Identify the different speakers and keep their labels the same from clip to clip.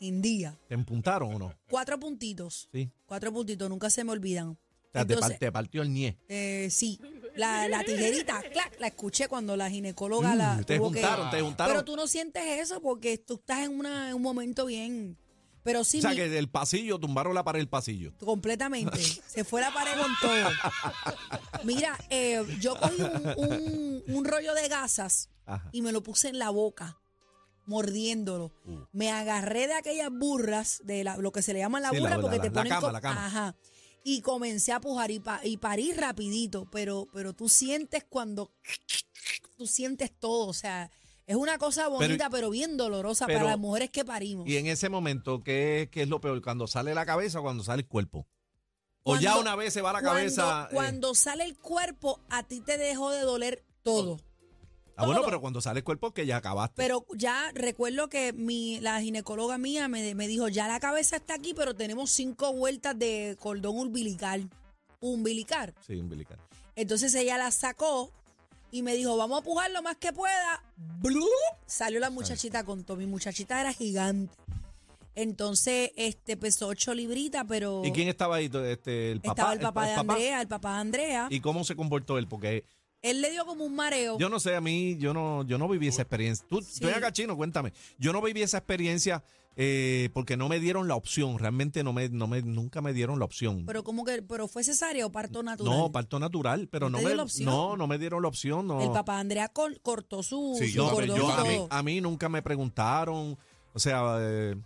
Speaker 1: en día.
Speaker 2: ¿Te empuntaron o no?
Speaker 1: Cuatro puntitos.
Speaker 2: Sí.
Speaker 1: Cuatro puntitos, nunca se me olvidan.
Speaker 2: O sea, te par-
Speaker 1: Entonces,
Speaker 2: te partió el nie.
Speaker 1: eh, sí, la, la tijerita, clac, la escuché cuando la ginecóloga la
Speaker 2: Mm, te
Speaker 1: tuvo que-
Speaker 2: juntaron, te juntaron.
Speaker 1: Pero tú no sientes eso porque tú estás en, una, en un momento bien. Pero sí,
Speaker 2: o sea,
Speaker 1: mi-
Speaker 2: que del pasillo tumbaron la pared del pasillo.
Speaker 1: completamente. se fue la pared con todo. Mira, eh, yo cogí un, un- un rollo de gasas
Speaker 2: Ajá.
Speaker 1: y me lo puse en la boca, mordiéndolo.
Speaker 2: Uh.
Speaker 1: Me agarré de aquellas burras, de la- lo que se le llama la
Speaker 2: Sí, la-
Speaker 1: burra,
Speaker 2: la-
Speaker 1: porque
Speaker 2: la-
Speaker 1: te
Speaker 2: la
Speaker 1: ponen
Speaker 2: cama,
Speaker 1: co-
Speaker 2: la cama.
Speaker 1: Ajá. Y comencé a pujar y, pa- y parí rapidito, pero, pero tú sientes cuando tú sientes todo, o sea, es una cosa bonita, pero, bien dolorosa
Speaker 2: pero-
Speaker 1: para las mujeres que parimos.
Speaker 2: Y en ese momento, ¿qué, es- ¿qué es lo peor? ¿Cuando sale la cabeza o cuando sale el cuerpo? O ya
Speaker 1: Cuando-
Speaker 2: una vez se va la
Speaker 1: cuando,
Speaker 2: cabeza. eh,
Speaker 1: Cuando sale el cuerpo, a ti te dejó de doler todo.
Speaker 2: ah, bueno,
Speaker 1: todo.
Speaker 2: pero cuando sale el cuerpo, que ya acabaste.
Speaker 1: Pero ya recuerdo que mi, la ginecóloga mía me, me dijo, ya la cabeza está aquí, pero tenemos cinco vueltas de cordón umbilical. Umbilical.
Speaker 2: Sí, umbilical.
Speaker 1: Entonces ella la sacó y me dijo, vamos a pujar lo más que pueda. ¡Blu! Salió la muchachita con todo. Mi muchachita era gigante. Entonces, este pesó ocho libritas, pero
Speaker 2: ¿Y quién estaba ahí? Este, el papá.
Speaker 1: estaba el papá de
Speaker 2: papá.
Speaker 1: Andrea, el papá de Andrea.
Speaker 2: ¿Y cómo se comportó él? Porque
Speaker 1: Él le dio como un mareo.
Speaker 2: yo no sé, a mí, yo no, yo no viví esa experiencia. Tú,
Speaker 1: Sí.
Speaker 2: tú eres acá chino, cuéntame. Yo no viví esa experiencia eh, porque no me dieron la opción. Realmente no me, no me, nunca me dieron la opción.
Speaker 1: Pero como que, pero fue cesárea o parto natural.
Speaker 2: No, parto natural, pero
Speaker 1: ¿No
Speaker 2: no,
Speaker 1: te
Speaker 2: me,
Speaker 1: dio la opción?
Speaker 2: no, no me dieron la opción. No.
Speaker 1: El papá Andrea col- cortó su,
Speaker 3: Sí,
Speaker 1: su
Speaker 3: yo
Speaker 1: cordón
Speaker 3: también,
Speaker 1: y
Speaker 3: yo
Speaker 2: a, mí,
Speaker 1: todo.
Speaker 2: a mí nunca me preguntaron, o sea, eh,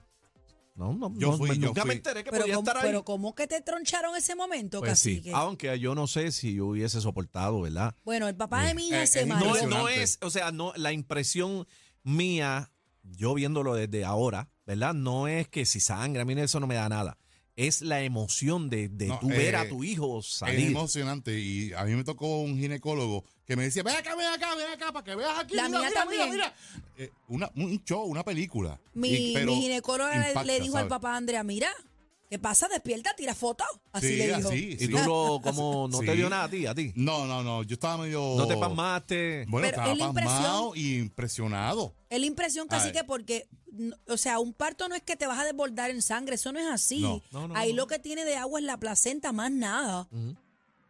Speaker 2: no, no,
Speaker 3: Yo
Speaker 2: no,
Speaker 3: fui,
Speaker 2: me-
Speaker 3: yo
Speaker 2: nunca
Speaker 3: fui.
Speaker 2: me enteré que
Speaker 1: Pero
Speaker 2: podía
Speaker 1: ¿cómo,
Speaker 2: estar ahí.
Speaker 1: pero ¿cómo que te troncharon ese momento,
Speaker 2: pues sí,
Speaker 1: cacique?
Speaker 2: aunque yo no sé si yo hubiese soportado, ¿verdad?
Speaker 1: Bueno, el papá de mi hija
Speaker 3: Eh,
Speaker 1: se
Speaker 3: eh, no,
Speaker 2: No,
Speaker 1: mareó.
Speaker 2: es-
Speaker 3: Impresionante.
Speaker 2: no es, o sea, no, la impresión mía, yo viéndolo desde ahora, ¿verdad? No es que si sangra, a mí eso no me da nada. Es la emoción de, de
Speaker 3: No,
Speaker 2: tú ver a
Speaker 3: eh,
Speaker 2: tu hijo
Speaker 3: Es
Speaker 2: salir.
Speaker 3: emocionante y a mí me tocó un ginecólogo que me decía, ven acá, ven acá, ven acá, para que veas aquí,
Speaker 1: La
Speaker 3: mira,
Speaker 1: mía
Speaker 3: mira,
Speaker 1: también.
Speaker 3: mira, mira". Eh, una- un show, una película.
Speaker 1: Mi,
Speaker 3: Y- pero
Speaker 1: mi ginecóloga le-
Speaker 3: impacta,
Speaker 1: le dijo al
Speaker 3: ¿sabes?
Speaker 1: papá Andrea, mira, ¿qué pasa? Despierta, tira foto. Así
Speaker 3: Sí,
Speaker 1: le dijo.
Speaker 3: así,
Speaker 2: Y
Speaker 3: sí.
Speaker 2: tú lo, como, no te
Speaker 3: Sí.
Speaker 2: dio nada a ti, a ti.
Speaker 3: No, no, no, yo estaba medio...
Speaker 2: No te pasmaste.
Speaker 3: Bueno,
Speaker 1: Pero es la
Speaker 3: estaba pasmado y impresionado.
Speaker 1: Es la impresión casi
Speaker 3: Ay.
Speaker 1: que porque, n- o sea, un parto no es que te vas a desbordar en sangre, eso no es así.
Speaker 3: No,
Speaker 2: no, no,
Speaker 1: Ahí
Speaker 2: no.
Speaker 1: lo que tiene de agua es la placenta, más nada.
Speaker 2: Ujú.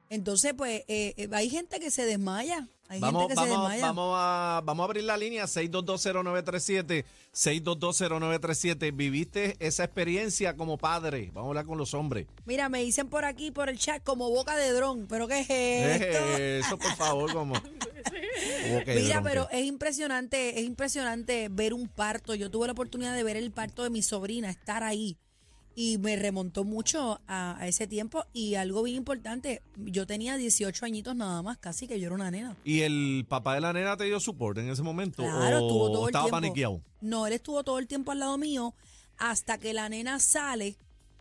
Speaker 1: Entonces, pues, eh, eh, hay gente que se desmaya. Hay
Speaker 2: Vamos,
Speaker 1: gente que se
Speaker 2: vamos,
Speaker 1: desmaya.
Speaker 2: vamos a, vamos a abrir la línea 6220937, 6220937. ¿Viviste esa experiencia como padre? Vamos a hablar con los hombres.
Speaker 1: Mira, me dicen por aquí, por el chat, como boca de dron. ¿Pero qué es esto?
Speaker 2: Eh, Eso, por favor, como... como que
Speaker 1: Mira,
Speaker 2: bronca.
Speaker 1: pero es impresionante, es impresionante ver un parto. Yo tuve la oportunidad de ver el parto de mi sobrina, estar ahí. Y me remontó mucho a, a ese tiempo. Y algo bien importante, yo tenía 18 añitos nada más, casi que yo era una nena.
Speaker 2: ¿Y el papá de la nena te dio support en ese momento?
Speaker 1: Claro,
Speaker 2: ¿O
Speaker 1: estuvo todo el
Speaker 2: oh, estaba
Speaker 1: tiempo.
Speaker 2: paniqueado?
Speaker 1: No, él estuvo todo el tiempo al lado mío hasta que la nena sale.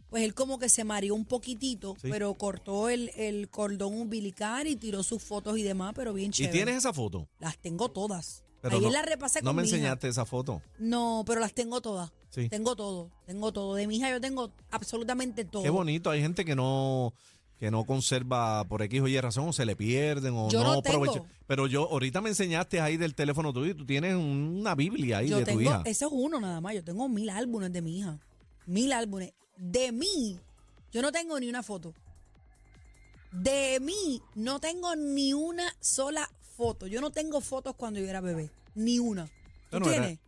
Speaker 1: Pues él como que se mareó un poquitito,
Speaker 2: Sí.
Speaker 1: pero cortó el, el cordón umbilical y tiró sus fotos y demás, pero bien
Speaker 2: ¿Y
Speaker 1: chévere.
Speaker 2: tienes esa foto?
Speaker 1: Las tengo todas.
Speaker 2: Pero
Speaker 1: Ayer
Speaker 2: no-
Speaker 1: las repasé
Speaker 2: No
Speaker 1: con
Speaker 2: me
Speaker 1: mi hija.
Speaker 2: enseñaste esa foto.
Speaker 1: No, pero las tengo todas.
Speaker 2: Sí.
Speaker 1: Tengo todo, tengo todo. De mi hija yo tengo absolutamente todo.
Speaker 2: Qué bonito, hay gente que no... que no conserva por X o Y razón o se le pierden o
Speaker 1: Yo
Speaker 2: no
Speaker 1: no tengo.
Speaker 2: aprovecha. Pero yo, ahorita me enseñaste ahí del teléfono tuyo y tú tienes una Biblia ahí
Speaker 1: Yo
Speaker 2: de tu hija.
Speaker 1: tengo, eso es uno nada más. Yo tengo mil álbumes de mi hija. Mil álbumes. De mí, yo no tengo ni una foto. De mí, no tengo ni una sola foto. Yo no tengo fotos cuando yo era bebé. Ni una. ¿Tú
Speaker 2: Bueno, era-
Speaker 1: tienes?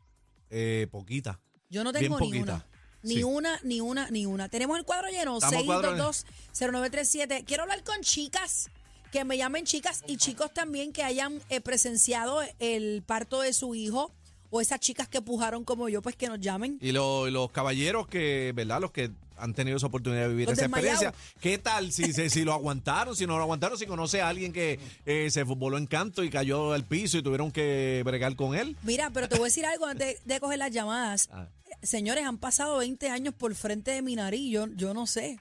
Speaker 2: Eh, poquita.
Speaker 1: Yo no
Speaker 2: bien
Speaker 1: tengo ni
Speaker 2: poquita.
Speaker 1: una. Ni
Speaker 2: Sí.
Speaker 1: una, ni una, ni una. Tenemos el cuadro lleno,
Speaker 2: Estamos cuadro lleno.
Speaker 1: 622-0937. Quiero hablar con chicas, que me llamen chicas y chicos también que hayan eh, presenciado el parto de su hijo o esas chicas que pujaron como yo, pues que nos llamen.
Speaker 2: Y lo- los caballeros que, ¿verdad? Los que han tenido esa oportunidad de vivir
Speaker 1: Los
Speaker 2: esa
Speaker 1: desmayados.
Speaker 2: experiencia. ¿Qué tal si, se- si lo aguantaron, si no lo aguantaron, si conoce a alguien que eh, se futboló en canto y cayó al piso y tuvieron que bregar con él?
Speaker 1: Mira, pero te voy a decir algo antes de coger las llamadas.
Speaker 2: Ah.
Speaker 1: Señores, han pasado 20 años por frente de mi nariz, yo, yo no sé.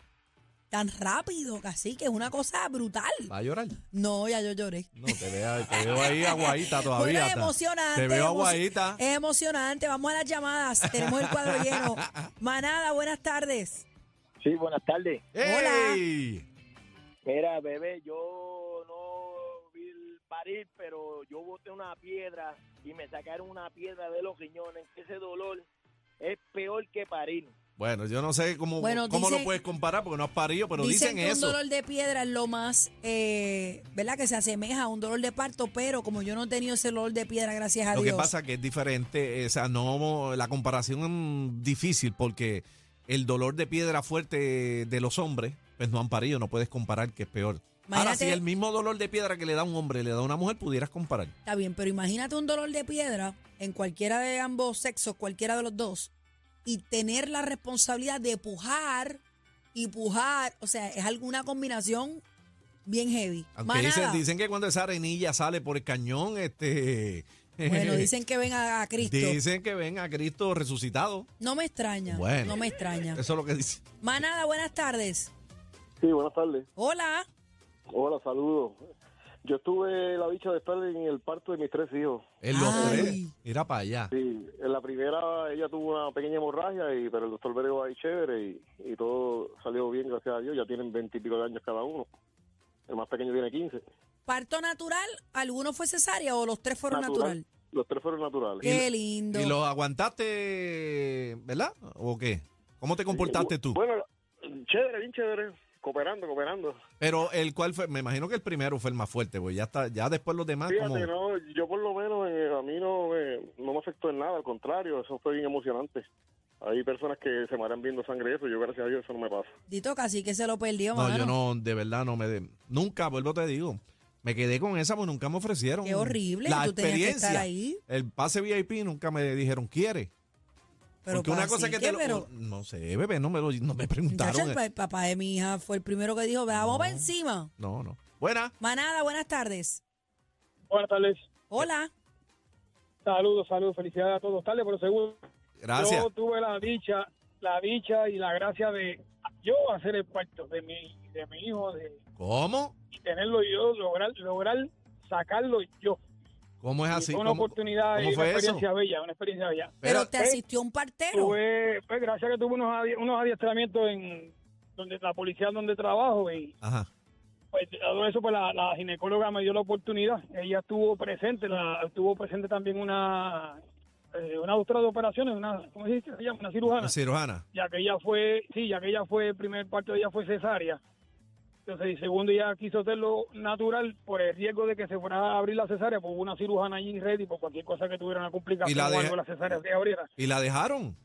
Speaker 1: Tan rápido, casi que es una cosa brutal.
Speaker 2: ¿Va a llorar?
Speaker 1: No, ya yo lloré.
Speaker 2: No, te, vea- te veo ahí aguadita todavía.
Speaker 1: Bueno, es
Speaker 2: ta-
Speaker 1: emocionante.
Speaker 2: Te veo
Speaker 1: emo-
Speaker 2: aguadita.
Speaker 1: Es emocionante. Vamos a las llamadas. Tenemos el cuadro lleno. Manada, buenas tardes.
Speaker 4: Sí, buenas tardes.
Speaker 1: hola.
Speaker 2: ¡Ey!
Speaker 4: Mira, bebé, yo no vi el parir, pero yo boté una piedra y me sacaron una piedra de los riñones. Ese dolor es peor que parir.
Speaker 2: Bueno, yo no sé cómo,
Speaker 1: Bueno,
Speaker 2: cómo
Speaker 1: dicen-
Speaker 2: lo puedes comparar porque no has parido, pero dicen,
Speaker 1: que un
Speaker 2: eso.
Speaker 1: dolor de piedra es lo más, eh, ¿verdad? Que se asemeja a un dolor de parto, pero como yo no he tenido ese dolor de piedra, gracias a
Speaker 2: Lo
Speaker 1: Dios.
Speaker 2: que pasa que es diferente, eh, o sea, no, la comparación es difícil porque el dolor de piedra fuerte de los hombres, pues no han parido, no puedes comparar que es peor. Ahora,
Speaker 1: Imagínate-
Speaker 2: si el mismo dolor de piedra que le da un hombre, le da a una mujer, pudieras comparar.
Speaker 1: Está bien, pero imagínate un dolor de piedra en cualquiera de ambos sexos, cualquiera de los dos, y tener la responsabilidad de pujar y pujar. O sea, es alguna combinación bien heavy.
Speaker 2: Aunque
Speaker 1: Manada.
Speaker 2: dicen, dicen que cuando esa arenilla sale por el cañón, este...
Speaker 1: Bueno, dicen que ven a, a Cristo.
Speaker 2: dicen que ven a Cristo resucitado.
Speaker 1: No me extraña.
Speaker 2: Bueno.
Speaker 1: No me extraña.
Speaker 2: Eso es lo que dicen.
Speaker 1: Manada, buenas tardes.
Speaker 4: Sí, buenas tardes.
Speaker 1: Hola.
Speaker 4: Hola, saludos. Yo estuve la dicha de estar en el parto de mis tres hijos.
Speaker 2: Es lo
Speaker 1: Ay.
Speaker 2: que es. Mira para allá.
Speaker 4: Sí, en la primera ella tuvo una pequeña hemorragia, y, pero el doctor Bereo ahí chévere y, y todo salió bien, gracias a Dios. Ya tienen veintipico de años cada uno. El más pequeño tiene quince.
Speaker 1: ¿Parto natural? ¿Alguno fue cesárea o los tres fueron natural?
Speaker 4: Los tres fueron naturales.
Speaker 1: Qué lindo.
Speaker 2: Y lo aguantaste, ¿verdad? ¿O qué? ¿Cómo te comportaste
Speaker 1: Eh,
Speaker 2: tú?
Speaker 4: Bueno, chévere, bien chévere. Cooperando, cooperando.
Speaker 2: Pero el cual fue, me imagino que el primero fue el más fuerte, güey. Ya está, ya después los demás como
Speaker 4: Fíjate, no, yo por lo menos eh, a mí no, eh, no me afectó en nada, al contrario, eso fue bien emocionante. Hay personas que se marean viendo sangre y eso, yo gracias a Dios eso no me pasa.
Speaker 1: Dito casi que se lo perdió,
Speaker 2: No,
Speaker 1: mano.
Speaker 2: yo no, de verdad no me de- nunca, vuelvo te digo. Me quedé con esa, pues nunca me ofrecieron.
Speaker 1: Qué horrible,
Speaker 2: La
Speaker 1: tú tenías que
Speaker 2: experiencia.
Speaker 1: estar ahí.
Speaker 2: El pase VIP nunca me dijeron quiere.
Speaker 1: Pero
Speaker 2: Porque una
Speaker 1: cacique,
Speaker 2: cosa es que te lo-
Speaker 1: pero,
Speaker 2: no sé, bebé, no me lo- no me preguntaron. eh.
Speaker 1: muchacho, el pa- papá de mi hija fue el primero que dijo, vamos para encima.
Speaker 2: no, no. Buena.
Speaker 1: Manada, buenas tardes.
Speaker 5: Buenas tardes.
Speaker 1: Hola.
Speaker 5: Saludos, saludos. Felicidades a todos. Tarde, pero seguro.
Speaker 2: Gracias.
Speaker 5: Yo tuve la dicha, la dicha y la gracia de yo hacer el parto de mi, de mi hijo de,
Speaker 2: ¿Cómo?
Speaker 5: y tenerlo yo, lograr, lograr sacarlo yo.
Speaker 2: ¿Cómo es
Speaker 5: Y
Speaker 2: así?
Speaker 5: fue una
Speaker 2: Ah, ¿Cómo-
Speaker 5: oportunidad
Speaker 2: cómo
Speaker 5: y una
Speaker 2: fue eso?
Speaker 5: experiencia bella, una experiencia bella.
Speaker 1: Pero,
Speaker 2: Pero- eh,
Speaker 1: te asistió un partero.
Speaker 5: Tuve, pues gracias a que tuve unos, adi- unos adiestramientos en donde la policía donde trabajo y
Speaker 2: Ajá.
Speaker 5: pues dado eso pues la, la ginecóloga me dio la oportunidad ella estuvo presente la estuvo presente también una eh, una doctora de operaciones una cómo se dice? Se llama? una cirujana
Speaker 2: Cirujana.
Speaker 5: ya que ella fue sí ya que ella fue el primer parto de ella fue cesárea entonces y segundo ella quiso hacerlo natural por el riesgo de que se fuera a abrir la cesárea pues hubo una cirujana allí ready por cualquier cosa que tuviera una complicación
Speaker 2: Y la
Speaker 5: o
Speaker 2: deja-
Speaker 5: algo la cesárea se abriera
Speaker 2: ¿Y la dejaron?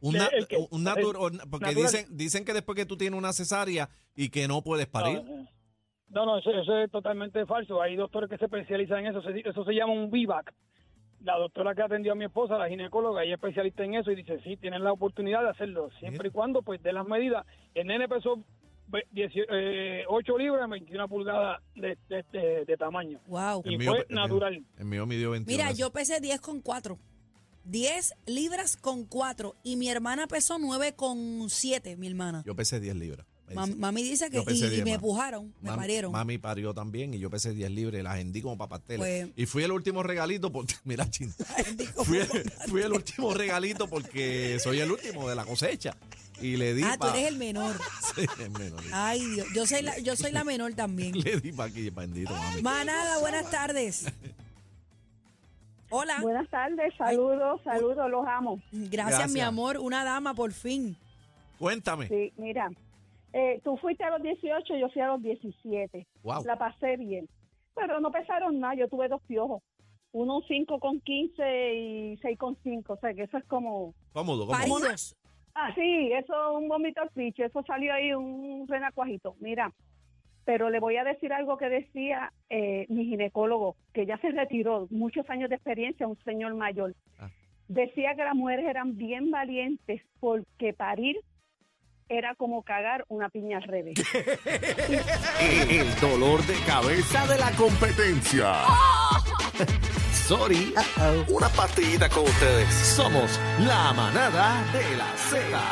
Speaker 2: Una,
Speaker 5: ¿El qué?
Speaker 2: un natu- o- porque
Speaker 5: Natural.
Speaker 2: dicen dicen que después que tú tienes una cesárea y que no puedes parir.
Speaker 5: No, eh. no, eso, eso es totalmente falso. Hay doctores que se especializan en eso. Se di- Eso se llama un VIVAC. La doctora que atendió a mi esposa, la ginecóloga, ella es especialista en eso y dice, sí, tienen la oportunidad de hacerlo, siempre y cuando pues de las medidas. El nene pesó ve- diecio- eh, 8 libras, 21 pulgadas de, de- de- de tamaño.
Speaker 1: Wow.
Speaker 5: Y fue natural.
Speaker 2: Mío, el mío midió 21.
Speaker 1: Mira,
Speaker 2: así.
Speaker 1: yo pesé 10 con 4. 10 libras con 4. Y mi hermana pesó 9 con 7, mi hermana.
Speaker 2: Yo pesé 10 libras. Me
Speaker 1: Mam-
Speaker 2: dice.
Speaker 1: mami dice que
Speaker 2: Yo
Speaker 1: y,
Speaker 2: pesé
Speaker 1: y
Speaker 2: 10
Speaker 1: me
Speaker 2: más.
Speaker 1: pujaron, me
Speaker 2: Mam-
Speaker 1: parieron.
Speaker 2: Mami parió también y yo pesé 10 libras y las hendí como papasteles.
Speaker 1: Pues-
Speaker 2: y fui el último regalito porque... Mira, chin. fui, fui el último regalito porque soy el último de la cosecha. y le di
Speaker 1: Ah, tú
Speaker 2: pa-
Speaker 1: eres el menor.
Speaker 2: Sí, el menor.
Speaker 1: Ay, Dios. Yo soy la, yo soy la menor también.
Speaker 2: Le di pa' aquí, bendito, mami.
Speaker 1: Manada, buenas tardes. Hola.
Speaker 6: Buenas tardes, saludos, saludos, los amo.
Speaker 1: Gracias,
Speaker 2: Gracias.
Speaker 1: mi amor. Una dama, por fin.
Speaker 2: Cuéntame.
Speaker 6: Sí, mira, eh, tú fuiste a los 18, yo fui a los 17.
Speaker 2: Wow.
Speaker 6: La pasé bien, pero no pesaron nada, yo tuve dos piojos. Uno un 5 con 15 y 6 con 5, o sea que eso es como...
Speaker 2: Cómodo, cómodo.
Speaker 1: Paridos.
Speaker 6: Ah, sí, eso es un vómito al picho, eso salió ahí un renacuajito, mira. Pero le voy a decir algo que decía eh, mi ginecólogo, que ya se retiró, muchos años de experiencia, un señor mayor.
Speaker 2: Ah.
Speaker 6: Decía que las mujeres eran bien valientes porque parir era como cagar una piña al revés.
Speaker 7: El dolor de cabeza de la competencia. Sorry. Una partidita con ustedes. Somos la manada de la Z.